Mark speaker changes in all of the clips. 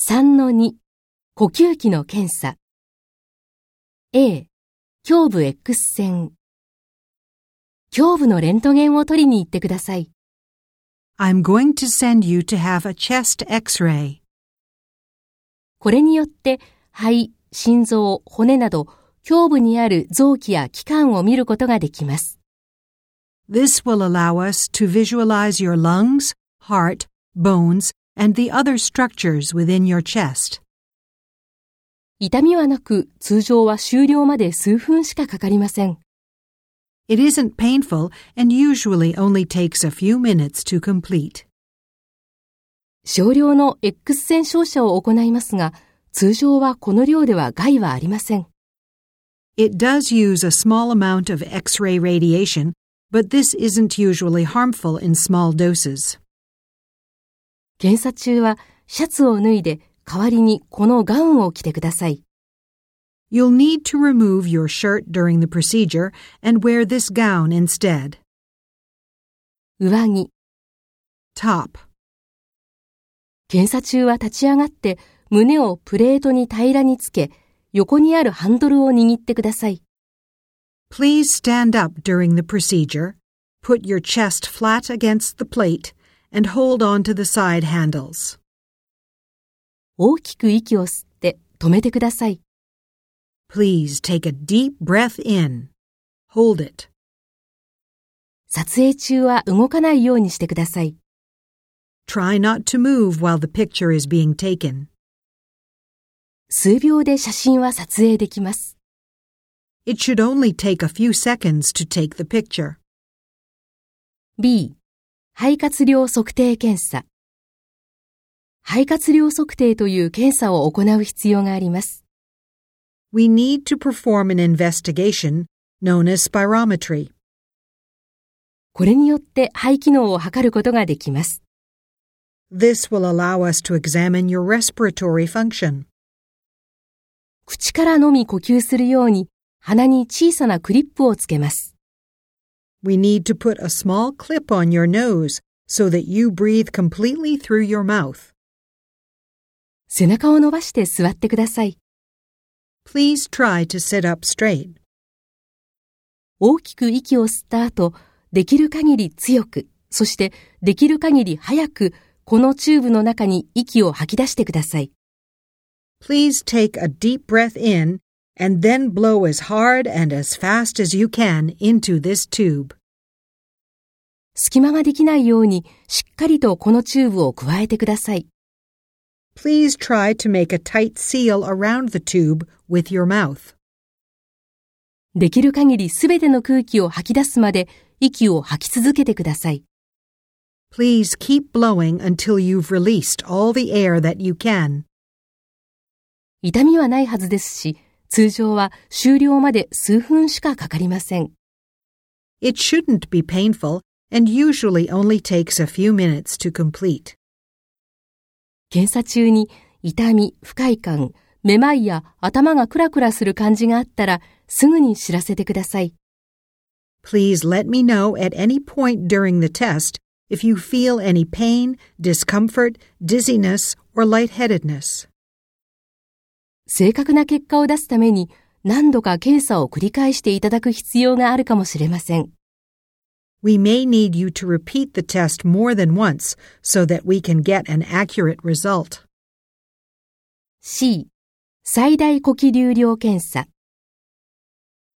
Speaker 1: 3-2呼吸器の検査 A 胸部 X 線胸部のレントゲンを取りに行ってください
Speaker 2: I'm going to send you to have a chest x ray.
Speaker 1: これによって肺、心臓、骨など胸部にある臓器や器官を見ることができます
Speaker 2: This will allow us to visualize your lungs, heart, bones, and the other structures within your chest.
Speaker 1: 痛みはなく通常は終了まで数分しかかかりません
Speaker 2: It isn't painful and usually only takes a few minutes to complete.
Speaker 1: 少量の X 線照射を行いますが通常はこの量では害はありません
Speaker 2: It does use a small amount of X ray radiation, but this isn't usually harmful in small doses.
Speaker 1: 検査中はシャツを脱いで代わりにこのガウンを着てください。
Speaker 2: You'll need to remove your shirt during the procedure and wear this gown instead.
Speaker 1: 上着。
Speaker 2: Top.
Speaker 1: 検査中は立ち上がって胸をプレートに平らにつけ横にあるハンドルを握ってください。
Speaker 2: Please stand up during the procedure, put your chest flat against the plate, and hold on to the side handles.
Speaker 1: 大きく息を吸って止めてください。
Speaker 2: Please take a deep breath in. Hold it.
Speaker 1: 撮影中は動かないようにしてください。
Speaker 2: Try not to move while the picture is being taken.
Speaker 1: 数秒で写真は撮影できます。
Speaker 2: It should only take a few seconds to take the picture.
Speaker 1: B、肺活量測定検査。肺活量測定という検査を行う必要があります。
Speaker 2: We need to perform an investigation known as spirometry.
Speaker 1: これによって肺機能を測ることができます。
Speaker 2: This will allow us to examine your respiratory function.
Speaker 1: 口からのみ呼吸するように鼻に小さなクリップをつけます。
Speaker 2: We need to put a small clip on your nose so that you breathe completely through your mouth.
Speaker 1: 背中を伸ばして座ってください。
Speaker 2: Please try to sit up straight.
Speaker 1: 大きく息を吸った後、できる限り強く、そしてできる限り早く、このチューブの中に息を吐き出してください。
Speaker 2: Please take a deep breath in and then blow as hard and as fast as you can into this tube.
Speaker 1: 隙間ができないようにしっかりとこのチューブを加えてください。
Speaker 2: Please try to make a tight seal around the tube with your mouth.
Speaker 1: できる限りすべての空気を吐き出すまで息を吐き続けてください。
Speaker 2: Please keep blowing until you've released all the air that you can.
Speaker 1: 痛みはないはずですし、通常は終了まで数分しかかかりません。
Speaker 2: It shouldn't be painful and usually only takes a few minutes to complete.
Speaker 1: 検査中に痛み、不快感、めまいや頭がクラクラする感じがあったら、すぐに知らせてください。
Speaker 2: Please let me know at any point during the test if you feel any pain, discomfort, dizziness, or lightheadedness.
Speaker 1: 正確な結果を出すために何度か検査を繰り返していただく必要があるかもしれません。
Speaker 2: We may need you to repeat the test more than once so that we can get an accurate result.
Speaker 1: C、最大呼気流量検査。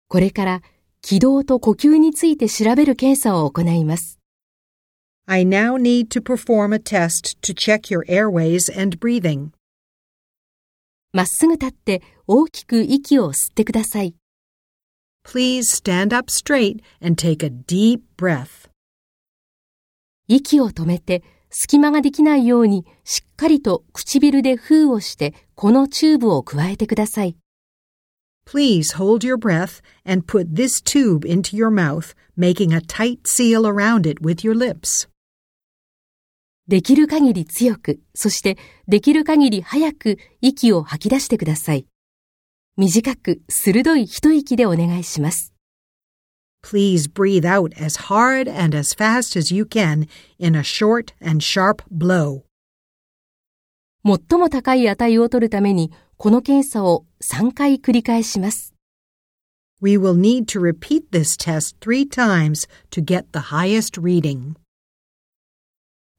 Speaker 1: これから気道と呼吸について調べる検査を行います。
Speaker 2: I now need to perform a test to check your airways and breathing.
Speaker 1: まっすぐ立って大きく息を吸ってください。
Speaker 2: Please stand up straight and take a deep breath.
Speaker 1: 息を止めて隙間ができないようにしっかりと唇で封をしてこのチューブを加えてください。
Speaker 2: Please hold your breath and put this tube into your mouth, making a tight seal around it with your lips.
Speaker 1: できる限り強く、そしてできる限り早く息を吐き出してください。短く鋭い一息でお願いします。
Speaker 2: Please breathe out as hard and as fast as you can in a short and sharp blow.
Speaker 1: 最も高い値を取るために、この検査を3回繰り返します。
Speaker 2: We will need to repeat this test three times to get the highest reading.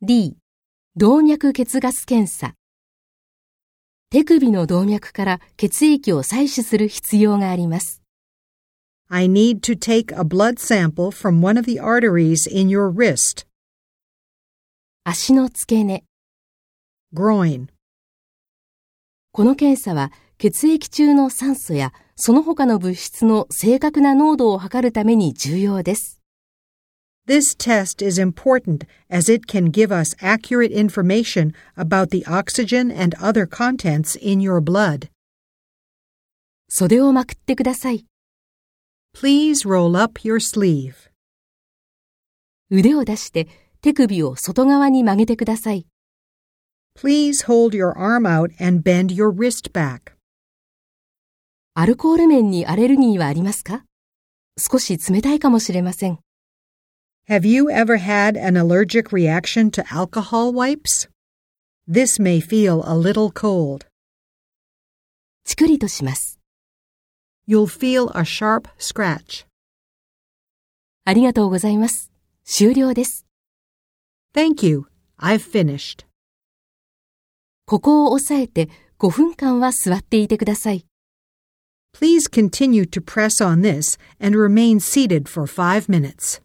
Speaker 1: D、動脈血ガス検査。手首の動脈から血液を採取する必要があります。
Speaker 2: I need to take a blood sample from one of the arteries in your wrist,
Speaker 1: 足の付け根。
Speaker 2: groin.
Speaker 1: この検査は血液中の酸素やその他の物質の正確な濃度を測るために重要です。
Speaker 2: This test is important as it can give us accurate information about the oxygen and other contents in your blood.
Speaker 1: 袖をまくってください。
Speaker 2: Please roll up your sleeve.
Speaker 1: 腕を出して手首を外側に曲げてください。
Speaker 2: Please hold your arm out and bend your wrist back.
Speaker 1: アルコール面にアレルギーはありますか少し冷たいかもしれません。
Speaker 2: Have you ever had an allergic reaction to alcohol wipes? This may feel a little cold.
Speaker 1: チクリとします。
Speaker 2: You'll feel a sharp scratch.
Speaker 1: ありがとうございます。終了です。
Speaker 2: Thank you. I've finished.
Speaker 1: ここを押さえて5分間は座っていてください。
Speaker 2: Please continue to press on this and remain seated for five minutes.